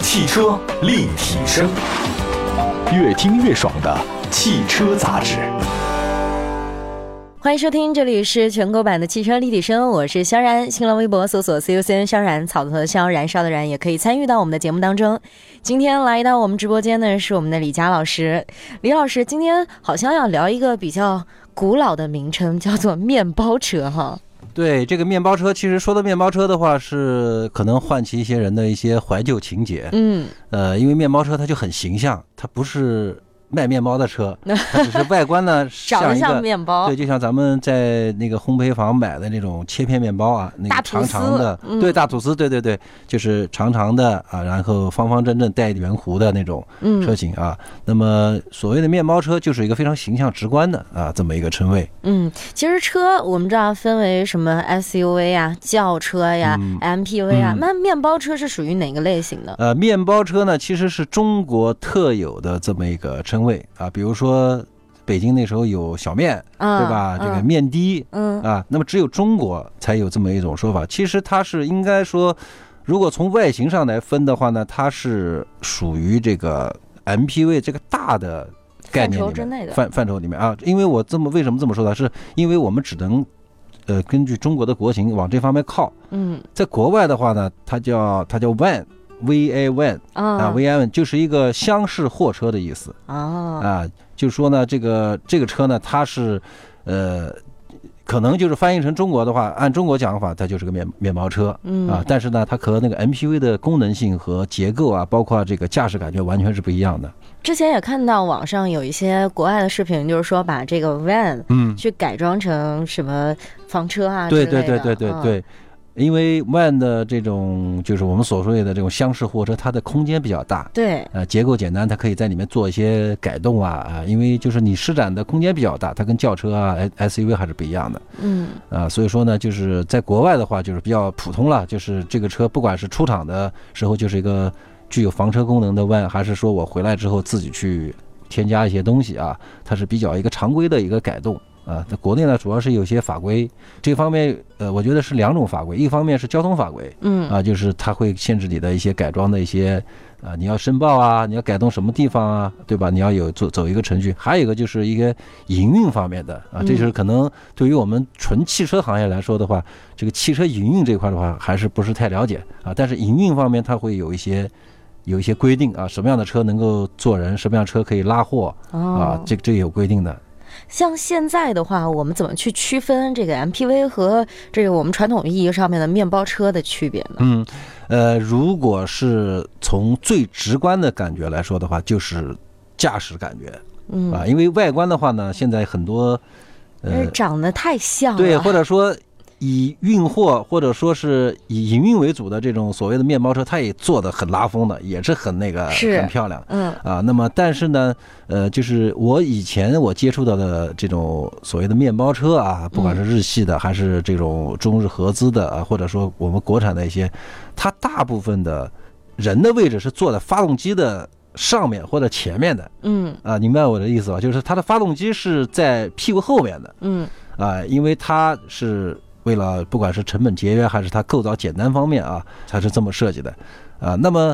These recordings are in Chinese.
汽车立体声，越听越爽的汽车杂志。欢迎收听，这里是全国版的汽车立体声，我是肖然。新浪微博搜索 “CUCN 肖然”，草字头的肖，燃烧的燃，也可以参与到我们的节目当中。今天来到我们直播间呢，是我们的李佳老师。李老师，今天好像要聊一个比较古老的名称，叫做面包车哈。对这个面包车，其实说到面包车的话，是可能唤起一些人的一些怀旧情节。嗯，呃，因为面包车它就很形象，它不是卖面包的 车，它只是外观呢长得像一像个面包对，，就像咱们在那个烘焙坊买的那种切片面包啊，那大个吐长司长的，嗯对，大吐司，对对对，就是长长的啊，然后方方正正带圆弧的那种车嗯型啊。那么所谓的面包车，就是一个非常形象直观的啊这么一个称谓。嗯。其实车我们知道分为什么 SUV 呀、啊轿车呀、MPV 啊，嗯那面包车是属于哪个类型的？呃，面包车呢，其实是中国特有的这么一个称谓啊，比如说北京那时候有小面，啊，对吧？这个嗯面的嗯啊，那么只有中国才有这么一种说法。其实它是应该说，如果从外形上来分的话呢，它是属于这个 MPV 这个大的。概范念畴里之内面的范范畴里面啊，因为我这么为什么这么说呢？是因为我们只能，呃，根据中国的国情往这方面靠。嗯在国外的话呢，它叫它叫 van，v a van 啊啊，v a van 就是一个厢式货车的意思啊啊。就是说呢，这个这个车呢，它是呃，可能就是翻译成中国的话，按中国讲法，它就是个面面包车嗯啊。但是呢，它和那个 MPV 的功能性和结构啊，包括这个驾驶感觉完全是不一样的。之前也看到网上有一些国外的视频，就是说把这个 van 嗯，去改装成什么房车啊之对类的，对对对对嗯，对。因为 van 的这种就是我们所谓的这种厢式货车，它的空间比较大，对，呃，结构简单，它可以在里面做一些改动啊啊，因为就是你施展的空间比较大，它跟轿车啊、S SUV 还是不一样的嗯啊，所以说呢，就是在国外的话就是比较普通了，就是这个车不管是出厂的时候就是一个具有房车功能的 van，还是说我回来之后自己去添加一些东西啊，它是比较一个常规的一个改动啊。在国内呢，主要是有些法规这方面，呃，我觉得是两种法规，一方面是交通法规，嗯啊，就是它会限制你的一些改装的一些，啊，你要申报啊，你要改动什么地方啊，对吧？你要有走走一个程序。还有一个就是一个营运方面的啊，嗯这就是可能对于我们纯汽车行业来说的话，这个汽车营运这块的话还是不是太了解啊。但是营运方面它会有一些有一些规定啊，什么样的车能够坐人，什么样的车可以拉货啊哦，，这这有规定的。像现在的话，我们怎么去区分这个 MPV 和这个我们传统意义上面的面包车的区别呢？嗯，呃，如果是从最直观的感觉来说的话，就是驾驶感觉。嗯，啊，因为外观的话呢，现在很多，因呃为，长得太像了，对，或者说以运货或者说是以营运为主的这种所谓的面包车，它也做的很拉风的，也是很那个是很漂亮嗯啊。那么，但是呢，呃，就是我以前我接触到的这种所谓的面包车啊，不管嗯是日系的还是这种中日合资的啊，或者说我们国产的一些，它大部分的人的位置是坐在发动机的上面或者前面的。嗯啊，明白我的意思吧？就是它的发动机是在屁股后面的嗯啊，因为它是为了不管是成本节约还是它构造简单方面啊，它是这么设计的啊。那么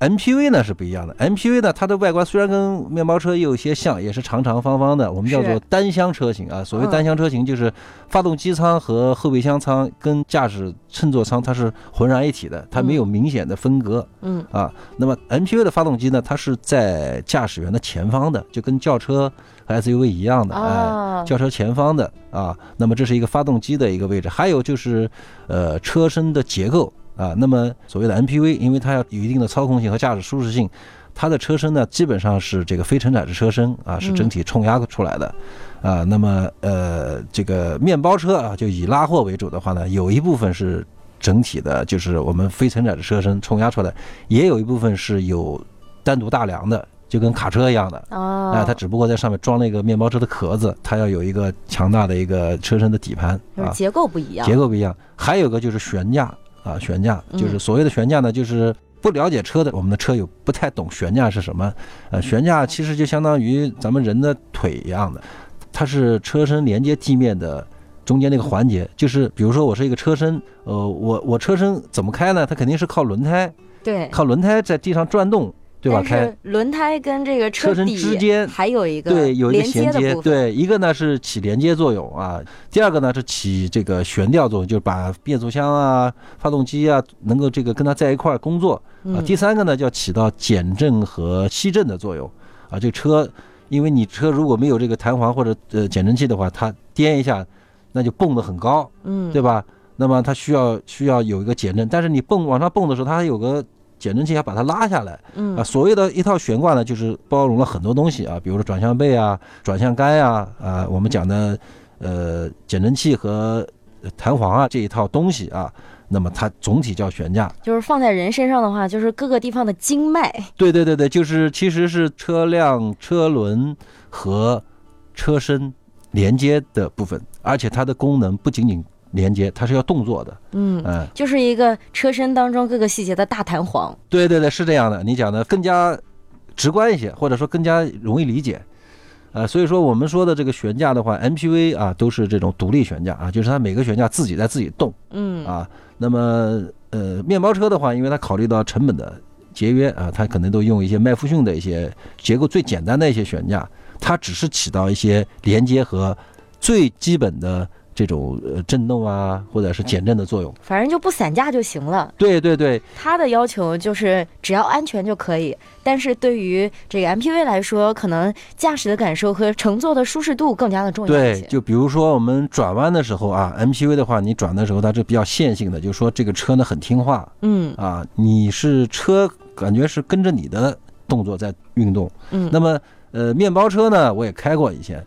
MPV 呢是不一样的，MPV 呢它的外观虽然跟面包车也有些像，也是长长方方的，我们叫是做单厢车型啊。所谓嗯单厢车型，就是发动机舱和后备箱舱跟驾驶乘坐舱它是浑然一体的，它没有明显的分隔。嗯啊，那么 MPV 的发动机呢，它是在驾驶员的前方的，就跟轿车和 SUV 一样的，哎，哦，轿车前方的啊。那么这是一个发动机的一个位置，还有就是呃车身的结构啊。那么所谓的 MPV，因为它要有一定的操控性和驾驶舒适性，它的车身呢基本上是这个非承载式车身啊，是整体冲压出来的。啊，那么呃，这个面包车啊，就以拉货为主的话呢，有一部分是整体的，就是我们非承载式车身冲压出来，也有一部分是有单独大梁的，就跟卡车一样的。哦，啊，它只不过在上面装了一个面包车的壳子，它要有一个强大的一个车身的底盘就是啊，结构不一样，结构不一样。还有一个就是悬架啊，悬架嗯就是所谓的悬架呢，就是不了解车的我们的车友不太懂悬架是什么。呃，悬嗯架其实就相当于咱们人的腿一样的，它是车身连接地面的。中间那个环节就是，比如说我是一个车身，呃，我我车身怎么开呢？它肯定是靠轮胎对，靠轮胎在地上转动，对吧？但开是轮胎跟这个车身底之间还有一个对有一个连衔接的接，部分，对，啊一个呢是起连接作用啊，第二个呢是起这个悬吊作用，就是把变速箱啊、发动机啊能够这个跟它在一块儿工作啊。嗯第三个呢叫起到减震和吸震的作用啊，这车因为你车如果没有这个弹簧或者呃减震器的话，它颠一下那就蹦得很高，嗯，对吧？那么它需要需要有一个减震，但是你蹦往上蹦的时候，它还有个减震器要把它拉下来。嗯啊，所谓的一套悬挂呢，就是包容了很多东西啊，比如说转向背啊、转向杆啊、啊，我们讲的呃减震器和呃弹簧啊这一套东西啊，那么它总体叫悬架。就是放在人身上的话，就是各个地方的经脉，对对对对，就是其实是车辆车轮和车身连接的部分，而且它的功能不仅仅连接，它是要动作的。嗯，嗯，就是一个车身当中各个细节的大弹簧。对对对，是这样的，你讲的更加直观一些，或者说更加容易理解。呃，所以说我们说的这个悬架的话，MPV 啊都是这种独立悬架啊，就是它每个悬架自己在自己动嗯，啊。那么呃，面包车的话，因为它考虑到成本的节约啊，它可能都用一些麦弗逊的一些结构最简单的一些悬架，它只是起到一些连接和最基本的这种呃震动啊，或者是减震的作用。反正就不散架就行了。对对对，它的要求就是只要安全就可以，但是对于这个 MPV 来说，可能驾驶的感受和乘坐的舒适度更加的重要一对，些。就比如说我们转弯的时候啊，MPV 的话，你转的时候它是比较线性的，就是说这个车呢很听话嗯啊，你是车感觉是跟着你的动作在运动。嗯，那么呃，面包车呢，我也开过以前。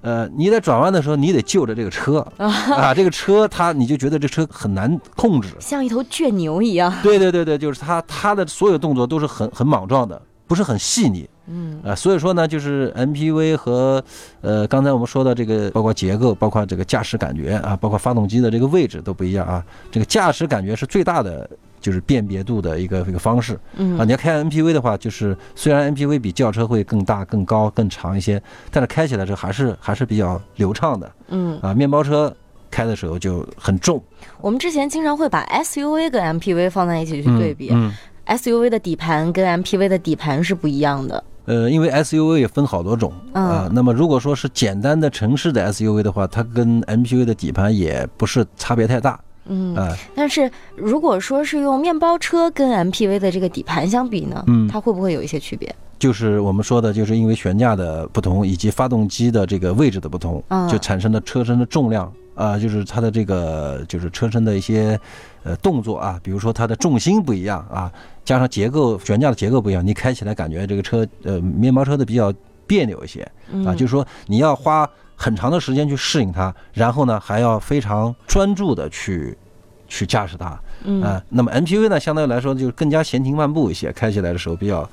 呃，你在转弯的时候，你得就着这个车 啊，这个车它你就觉得这车很难控制，像一头倔牛一样。对对对对，就是它它的所有动作都是很很莽撞的，不是很细腻，嗯啊，所以说呢，就是 MPV 和呃刚才我们说的这个，包括结构，包括这个驾驶感觉啊，包括发动机的这个位置都不一样啊。这个驾驶感觉是最大的，就是辨别度的一个一个方式啊。嗯你要开 MPV 的话，就是虽然 MPV 比轿车会更大、更高、更长一些，但是开起来时候还是还是比较流畅的嗯，啊。面包车开的时候就很重，我们之前经常会把 SUV 跟 MPV 放在一起去对比、嗯 s u v 的底盘跟 MPV 的底盘是不一样的。呃，因为 SUV 也分好多种嗯啊、那么如果说是简单的城市的 SUV 的话，它跟 MPV 的底盘也不是差别太大嗯，啊、但是如果说是用面包车跟 MPV 的这个底盘相比呢，嗯啊它会不会有一些区别？就是我们说的，就是因为悬架的不同以及发动机的这个位置的不同嗯，就产生了车身的重量啊、就是它的这个就是车身的一些呃动作啊，比如说它的重心不一样啊，加上结构悬架的结构不一样，你开起来感觉这个车呃面包车的比较别扭一些。嗯，啊，就是说你要花很长的时间去适应它，然后呢还要非常专注的去去驾驶它啊、嗯那么 MPV 呢，相对来说就是更加闲庭漫步一些，开起来的时候比较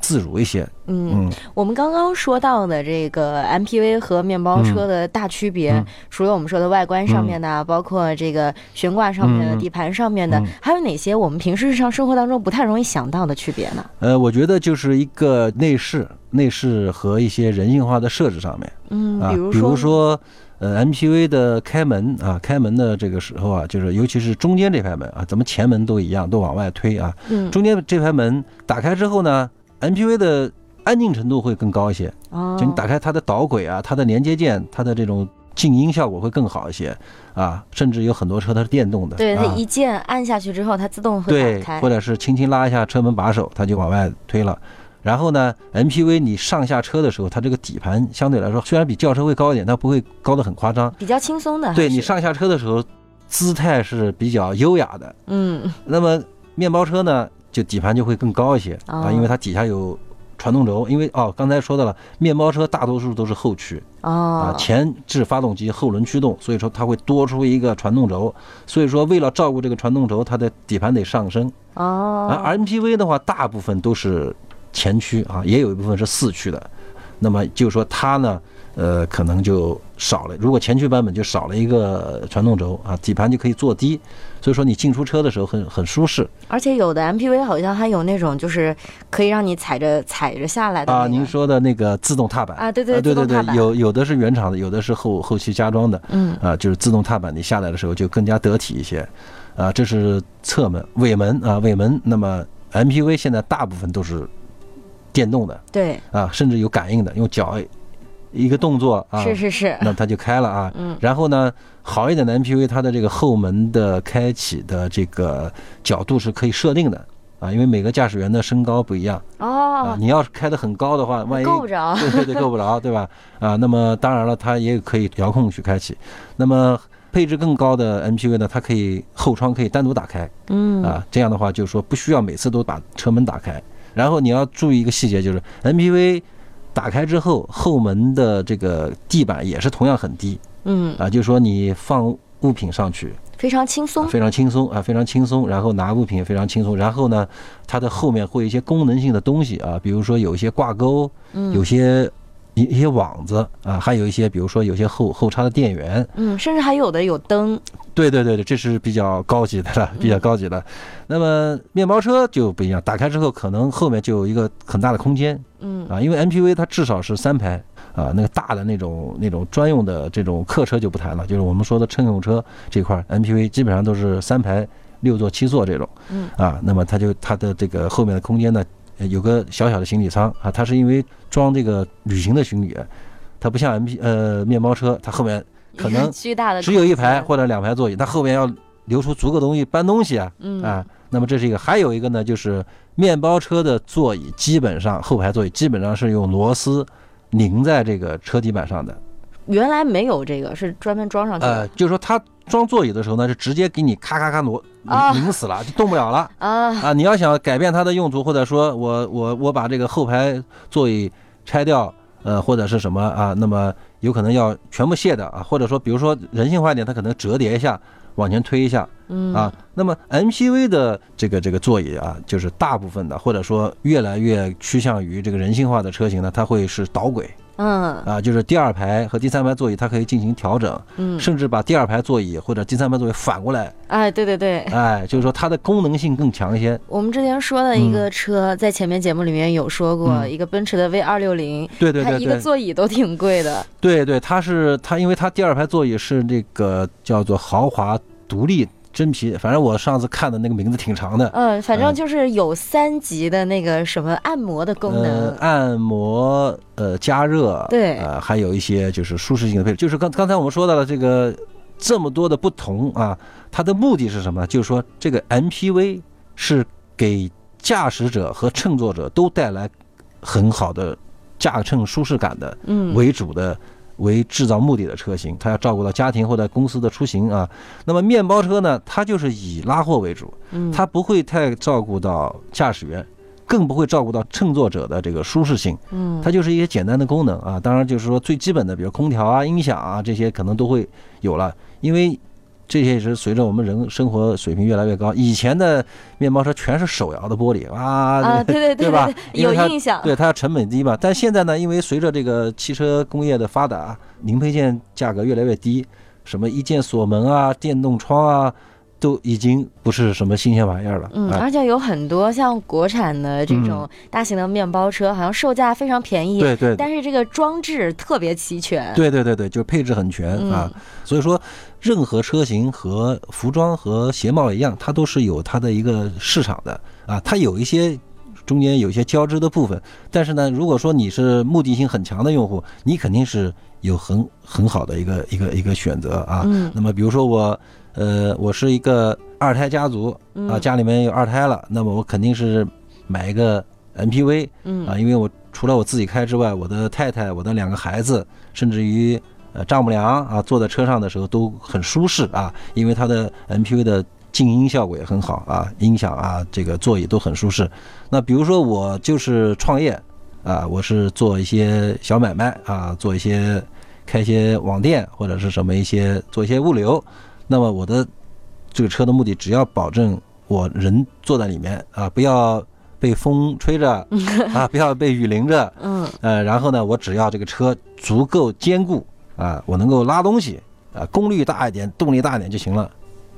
自如一些。嗯，嗯，我们刚刚说到的这个 MPV 和面包车的大区别，嗯除了我们说的外观上面的啊，包括这个悬挂上面的、嗯嗯底盘上面的，嗯还有哪些我们平时日常生活当中不太容易想到的区别呢？呃，我觉得就是一个内饰、内饰和一些人性化的设置上面嗯，啊，如比说，如说。呃，MPV 的开门啊，开门的这个时候啊，就是尤其是中间这排门啊，咱们前门都一样，都往外推啊，嗯，中间这排门打开之后呢，MPV 的安静程度会更高一些，哦就你打开它的导轨啊，它的连接键，它的这种静音效果会更好一些啊，甚至有很多车它是电动的，对，它啊一键按下去之后，它自动会对打开，或。者是轻轻拉一下车门把手，它就往外推了。然后呢，MPV 你上下车的时候，它这个底盘相对来说虽然比轿车会高一点，它不会高得很夸张。比较轻松的，对啊还是你，上下车的时候，姿态是比较优雅的，嗯那么面包车呢，就底盘就会更高一些哦啊，因为它底下有传动轴。因为哦，刚才说到了，面包车大多数都是后驱啊哦，，前置发动机，后轮驱动，所以说它会多出一个传动轴。所以说为了照顾这个传动轴，它的底盘得上升。哦，啊而 MPV 的话，大部分都是前驱啊，也有一部分是四驱的。那么就是说它呢，呃，可能就少了。如果前驱版本就少了一个传动轴啊，底盘就可以坐低，所以说你进出车的时候很很舒适。而且有的 MPV 好像还有那种就是可以让你踩着踩着下来的那啊，个您，说的那个自动踏板啊对对对自动对踏对板，有有的是原厂的，有的是后后期加装的，嗯啊，就是自动踏板，你下来的时候就更加得体一些，啊，这是侧门、尾门啊，尾门，那么 MPV 现在大部分都是电动的对，啊，甚至有感应的，用脚一个动作啊，是是是，那它就开了啊。嗯然后呢，好一点的 MPV 它的这个后门的开启的这个角度是可以设定的啊，因为每个驾驶员的身高不一样啊，哦，你要是开得很高的话，万一够不着， 啊对对对，够不着，对吧？啊，那么当然了，它也可以遥控去开启。那么配置更高的 MPV 呢，它可以后窗可以单独打开嗯，啊，这样的话就是说不需要每次都把车门打开。然后你要注意一个细节，就是 MPV 打开之后，后门的这个地板也是同样很低嗯，啊，就是说你放物品上去非常轻啊松，非常轻松啊，非常轻松，然后拿物品也非常轻松。然后呢，它的后面会有一些功能性的东西啊，比如说有一些挂钩。有嗯些一一些网子啊，还有一些比如说有些后后插的电源，嗯，甚至还有的有灯，对对对对，这是比较高级的了，比较高级的。那么面包车就不一样，打开之后可能后面就有一个很大的空间嗯啊，因为 MPV 它至少是三排啊，那个大的那种那种专用的这种客车就不谈了，就是我们说的乘用车这块儿 MPV 基本上都是三排六座七座这种。嗯啊，那么它就它的这个后面的空间呢，呃有个小小的行李舱啊，它是因为装这个旅行的行李，它不像 M P 呃面包车，它后面可能巨大的只有一空排间，或者两排座椅，它后面要留出足够东西搬东西啊嗯啊，那么这是一个，还有一个呢就是面包车的座椅基本上后排座椅基本上是用螺丝拧在这个车底板上的，原来没有这个，是专门装上去呃的，就是说它装座椅的时候呢是直接给你咔咔咔螺啊拧拧死了，就动不了了。啊，啊，你要想改变它的用途，或者说我我我把这个后排座椅拆掉，呃，或者是什么啊，那么有可能要全部卸掉啊，或者说，比如说人性化一点，它可能折叠一下，往前推一下嗯啊。那么 MPV 的这个这个座椅啊，就是大部分的，或者说越来越趋向于这个人性化的车型呢，它会是导轨嗯啊，就是第二排和第三排座椅它可以进行调整，嗯，甚至把第二排座椅或者第三排座椅反过来，哎，对对对，哎，就是说它的功能性更强一些。我们之前说的一个车，在前面节目里面有说过，嗯一个奔驰的 V 二六零，对对它对一个对。座椅都挺贵 的。对对，它是它，因为它第二排座椅是这个叫做豪华独立真皮，反正我上次看的那个名字挺长的。嗯，反正嗯就是有三级的那个什么按摩的功呃能，。按摩、呃加热，对呃还有一些就是舒适性的配置，就是刚刚才我们说到了这个这么多的不同啊，它的目的是什么？就是说这个 MPV 是给驾驶者和乘坐者都带来很好的驾乘舒适感的嗯，为主的为制造目的的车型，它要照顾到家庭或者公司的出行啊。那么面包车呢，它就是以拉货为主，嗯它不会太照顾到驾驶员，更不会照顾到乘坐者的这个舒适性。嗯它就是一些简单的功能啊，当然就是说最基本的，比如空调啊、音响啊这些可能都会有了，因为这些也是随着我们人生活水平越来越高，以前的面包车全是手摇的玻璃啊，啊，对对 对对吧对，因有为它印象。对，它要成本低嗯嘛。但现在呢，因为随着这个汽车工业的发达，零配件价格越来越低，什么一键锁门啊、电动窗啊，都已经不是什么新鲜玩意儿了。嗯，啊嗯而且有很多像国产的这种大型的面包车，好像售价非常便宜，对对但是这个装置特别齐全。对对对对，就是配置很全嗯啊。所以说，任何车型和服装和鞋帽一样，它都是有它的一个市场的啊。它有一些中间有一些交织的部分，但是呢，如果说你是目的性很强的用户，你肯定是有很很好的一个一个一个选择啊。嗯那么比如说我，呃，我是一个二胎家族啊，嗯家里面有二胎了，那么我肯定是买一个 MPV。嗯啊，因为我除了我自己开之外，我的太太、我的两个孩子，甚至于呃丈母娘啊，坐在车上的时候都很舒适啊，因为它的 MPV 的静音效果也很好啊，音响啊，这个座椅都很舒适。那比如说我就是创业啊，我是做一些小买卖啊，做一些开一些网店或者是什么一些做一些物流，那么我的这个车的目的只要保证我人坐在里面啊，不要被风吹着 啊，不要被雨淋着，嗯呃，然后呢，我只要这个车足嗯够坚固啊，我能够拉东西啊，功率大一点，动力大一点就行了。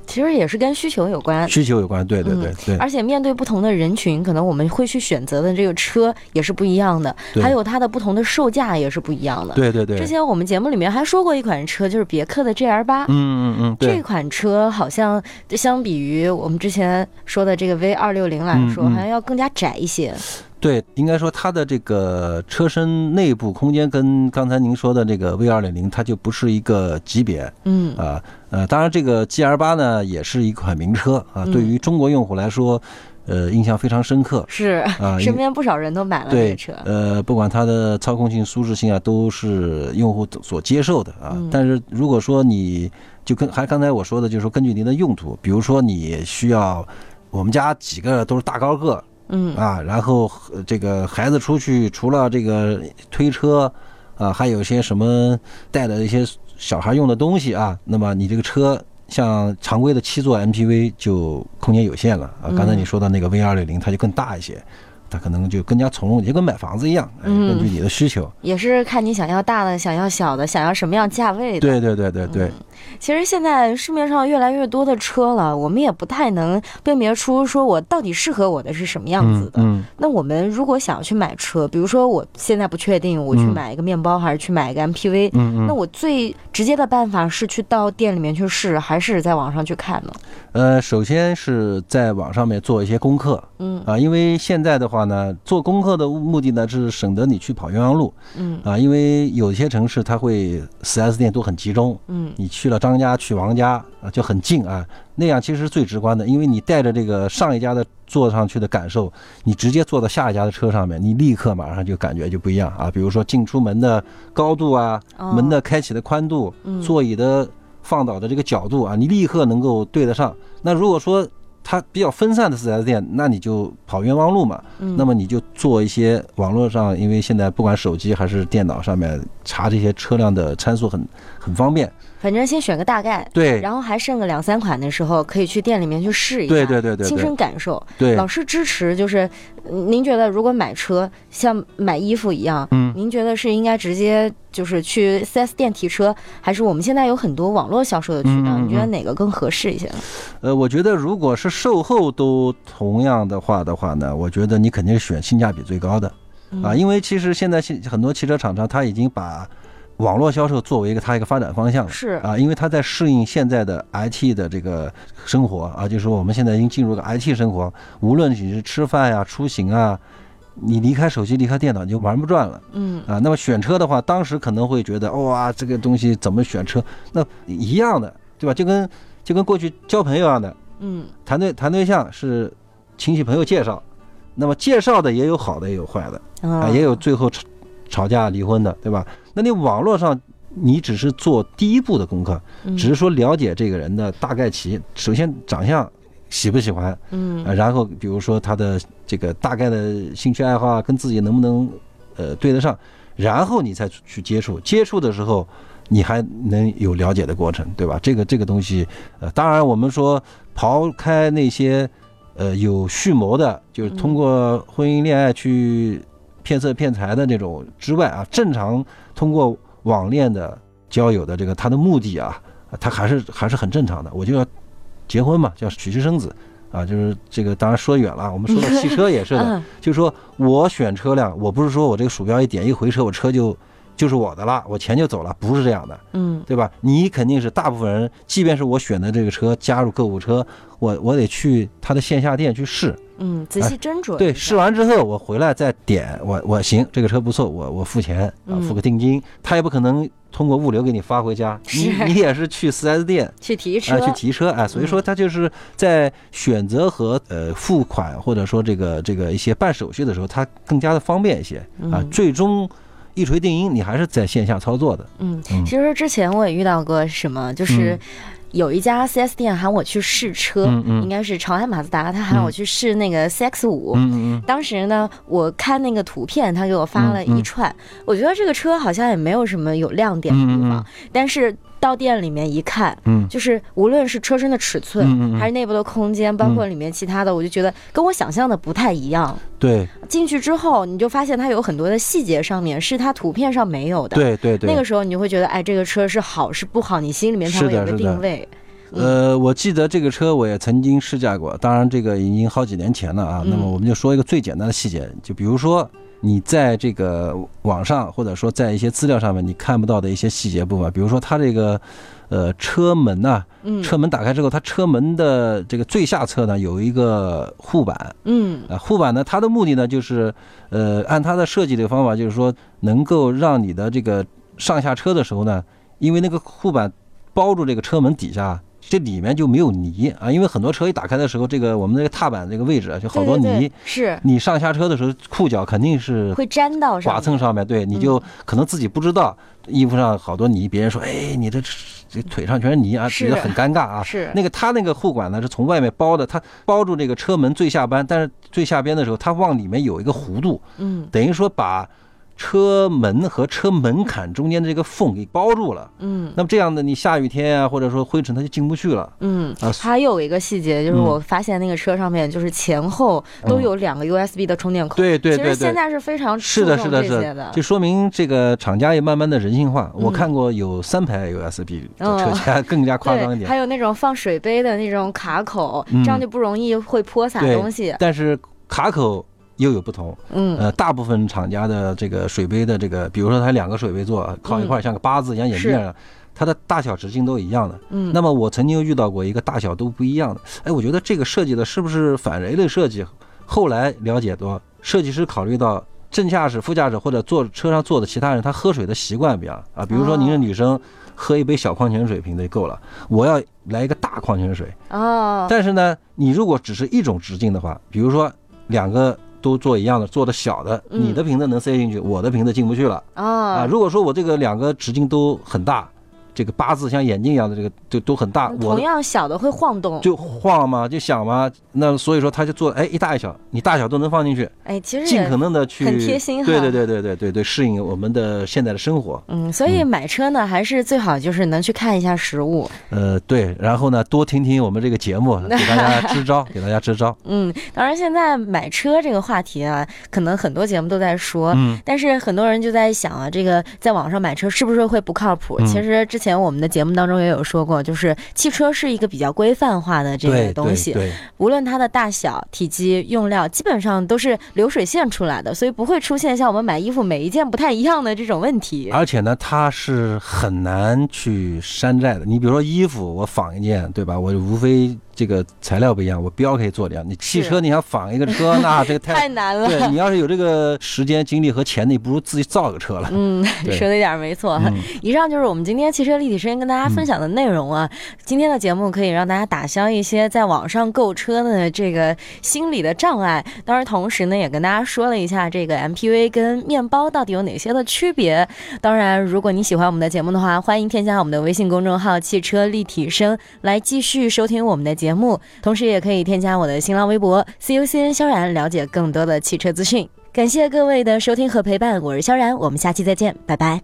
其实也是跟需求有关。需求有关。对对对对，嗯而且面对不同的人群，可能我们会去选择的这个车也是不一样的，对还有它的不同的售价也是不一样的。对对对。之前我们节目里面还说过一款车，就是别克的 GL 八、嗯嗯嗯，对。这款车好像相比于我们之前说的这个 V 二六零来说，嗯嗯好像要更加窄一些。对，应该说它的这个车身内部空间跟刚才您说的这个 V 二零零，它就不是一个级别嗯啊。呃，当然这个 GL 八呢也是一款名车啊，嗯对于中国用户来说，呃，印象非常深刻是， 啊。因身边不少人都买了这对个车，。呃，不管它的操控性、舒适性啊，都是用户所接受的啊。嗯但是如果说你就跟还刚才我说的，就是说根据您的用途，比如说你需要，我们家几个都是大高个，嗯啊，然后呃这个孩子出去除了这个推车啊，还有一些什么带的一些小孩用的东西啊，那么你这个车。像常规的七座 MPV 就空间有限了啊，刚才嗯你说的那个 V 二六零它就更大一些，它可能就更加从容，就跟买房子一样，哎嗯根据你的需求。也是看你想要大的，想要小的，想要什么样价位的。对对对对对，其实现在市面上越来越多的车了，我们也不太能辨别出说我到底适合我的是什么样子的。嗯嗯那我们如果想要去买车，比如说我现在不确定我去嗯买一个面包还是去买一个 MPV，、嗯那嗯，我最直接的办法是去到店里面去试，还是在网上去看呢？呃，首先是在网上面做一些功课嗯啊，因为现在的话呢，做功课的目的呢是省得你去跑冤枉路，嗯啊，因为有些城市它会 4S 店都很集中，嗯你去了张家去王家啊就很近啊，那样其实是最直观的，因为你带着这个上一家的坐上去的感受，你直接坐到下一家的车上面，你立刻马上就感觉就不一样啊。比如说进出门的高度啊，哦门的开启的宽度，嗯座椅的放倒的这个角度啊，你立刻能够对得上。那如果说它比较分散的 4S 店，那你就跑冤枉路嘛。嗯那么你就做一些网络上，因为现在不管手机还是电脑上面查这些车辆的参数很很方便。反正先选个大概。对然后还剩个两三款的时候，可以去店里面去试一下，对对对对对亲身感受。对老，师支持，就是嗯您觉得如果买车像买衣服一样，嗯您觉得是应该直接就是去 4S 店提车，还是我们现在有很多网络销售的渠道？嗯嗯嗯你觉得哪个更合适一些？呃，我觉得如果是售后都同样的话的话呢，我觉得你肯定是选性价比最高的嗯啊，因为其实现在现很多汽车厂商他已经把网络销售作为一个它一个发展方向了。是啊，因为它在适应现在的 IT 的这个生活啊，就是说我们现在已经进入个 IT 生活，无论你是吃饭呀、出行啊，你离开手机、离开电脑你就玩不转了嗯啊。那么选车的话，当时可能会觉得哇，这个东西怎么选车？那一样的，对吧？就跟就跟过去交朋友一样的，嗯谈对谈对象是亲戚朋友介绍，那么介绍的也有好的，也有坏的。啊，啊也有最后吵吵架离婚的，对吧？那你网络上你只是做第一步的功课，嗯只是说了解这个人的大概其，首先长相喜不喜欢，嗯啊，然后比如说他的这个大概的兴趣爱好啊，跟自己能不能呃对得上，然后你再去去接触，接触的时候。你还能有了解的过程，对吧？这个这个东西，呃，当然我们说刨开那些，呃，有蓄谋的，就是通过婚姻恋爱去骗色骗财的这种之外啊，正常通过网恋的交友的这个他的目的啊，他还是还是很正常的。我就要结婚嘛，就要娶妻生子啊，就是这个。当然说远了，我们说到汽车也是 的，嗯就是说我选车辆，我不是说我这个鼠标一点一回车，我车就就是我的了，我钱就走了，不是这样的。嗯对吧？你肯定是大部分人，即便是我选的这个车加入购物车，我我得去他的线下店去试，嗯，仔细斟酌一下。啊对，试完之后我回来再点，我我行，这个车不错，我我付钱啊，嗯付个定金，他也不可能通过物流给你发 回家，你是嗯你也是去 4S 店。去提车啊，，去提车啊，所以说他就是在选择和呃付款或者说这个这个一些办手续的时候，他更加的方便一些啊嗯。最终一锤定音，你还是在线下操作的。嗯，嗯其实之前我也遇到过什么，就是嗯有一家 4S 店喊我去试车，嗯嗯应该是长安马自达，他喊我去试那个 CX 五、嗯嗯当时呢，我看那个图片，他给我发了一串，我觉得这个车好像也没有什么有亮点的地方，嗯嗯但是到店里面一看，嗯就是无论是车身的尺寸，嗯嗯嗯还是内部的空间，包括里面其他的，我就觉得跟我想象的不太一样。嗯，对进去之后，你就发现它有很多的细节上面是它图片上没有的。对对对，那个时候你就会觉得，哎，这个车是好是不好，你心里面才是会有的个是的定位。呃，我记得这个车我也曾经试驾过，当然这个已经好几年前了啊。那么我们就说一个最简单的细节，就比如说你在这个网上或者说在一些资料上面你看不到的一些细节部分，比如说它这个呃车门呐、嗯车门打开之后，它车门的这个最下侧呢有一个护板，嗯啊，护板呢，它的目的呢就是，呃，按它的设计的方法，就是说能够让你的这个上下车的时候呢，因为那个护板包住这个车门底下，这里面就没有泥啊，因为很多车一打开的时候，这个我们那个踏板这个位置啊，就好多泥，对对对是你上下车的时候裤脚肯定是会粘到上嗯剐面，蹭上面，对，你就可能自己不知道，衣服上好多泥，别人说，哎，你这这腿上全是泥啊，是觉得很尴尬啊。是那个他那个护管呢是从外面包的，它包住这个车门最下边，但是最下边的时候，它往里面有一个弧度，嗯等于说把车门和车门槛中间的这个缝给包住了。嗯那么这样的，你下雨天啊，或者说灰尘，它就进不去了。嗯啊，还有一个细节就是，嗯我发现那个车上面就是前后都有两个 USB 的充电口。对对其实对现对。在是非常是注的，重是的，这是些的，就说明这个厂家也慢慢的人性化。我嗯看过有三排 USB 的车嗯家，更加夸张一对，点还。有那种放水杯的那种卡口，嗯这样就不容易会泼洒对东西。但是卡口又有不同，嗯，呃，大部分厂家的这个水杯的这个，比如说它两个水杯座靠一块儿，像个八字一样眼镜一样，它的大小直径都一样的。嗯那么我曾经遇到过一个大小都不一样的，哎，我觉得这个设计的是不是反人类设计？后来了解到，设计师考虑到。正驾驶、副驾驶或者坐车上坐的其他人，他喝水的习惯不一样啊。比如说，您是女生，喝一杯小矿泉水瓶子就够了。我要来一个大矿泉水，哦，但是呢，你如果只是一种直径的话，比如说两个都做一样的，做的小的，嗯你的瓶子能塞进去，我的瓶子进不去了啊。哦，如果说我这个两个直径都很大，这个八字像眼镜一样的这个就都很大，我嗯同的样小的会晃动。就晃嘛，就响嘛，那所以说他就做哎一大一小，你大小都能放进去，哎，其实尽也可能的去很贴心哈对对对对对对对，适应我们的现在的生活。嗯，所以买车呢，还是最好就是能去看一下实物。呃，对，然后呢，多听听我们这个节目， 给大家支招，给大家支招。嗯，当然现在买车这个话题啊，可能很多节目都在说，嗯但是很多人就在想啊，这个在网上买车是不是会不靠谱？嗯其实之前我们的节目当中也有说过，就是汽车是一个比较规范化的这个对东对西，对，无论它的大小、体积、用料，基本上都是流水线出来的，所以不会出现像我们买衣服每一件不太一样的这种问题。而且呢，它是很难去山寨的。你比如说衣服，我仿一件，对吧？我无非这个材料不一样，我标可以做这样。你汽车，你想仿一个车，那这个 太太……难了，对你要是有这个时间、精力和钱，你不如自己造个车了。嗯，对说的一点儿没错。哈。嗯以上就是我们今天汽车立体声跟大家分享的内容啊。今天的节目可以让大家打消一些在网上购车的这个心理的障碍。当然，同时呢，也跟大家说了一下这个 MPV 跟面包到底有哪些的区别。当然，如果你喜欢我们的节目的话，欢迎添加我们的微信公众号“汽车立体声”来继续收听我们的节目。同时，也可以添加我的新浪微博 “CUCN 萧然”了解更多的汽车资讯。感谢各位的收听和陪伴，我是萧然，我们下期再见，拜拜。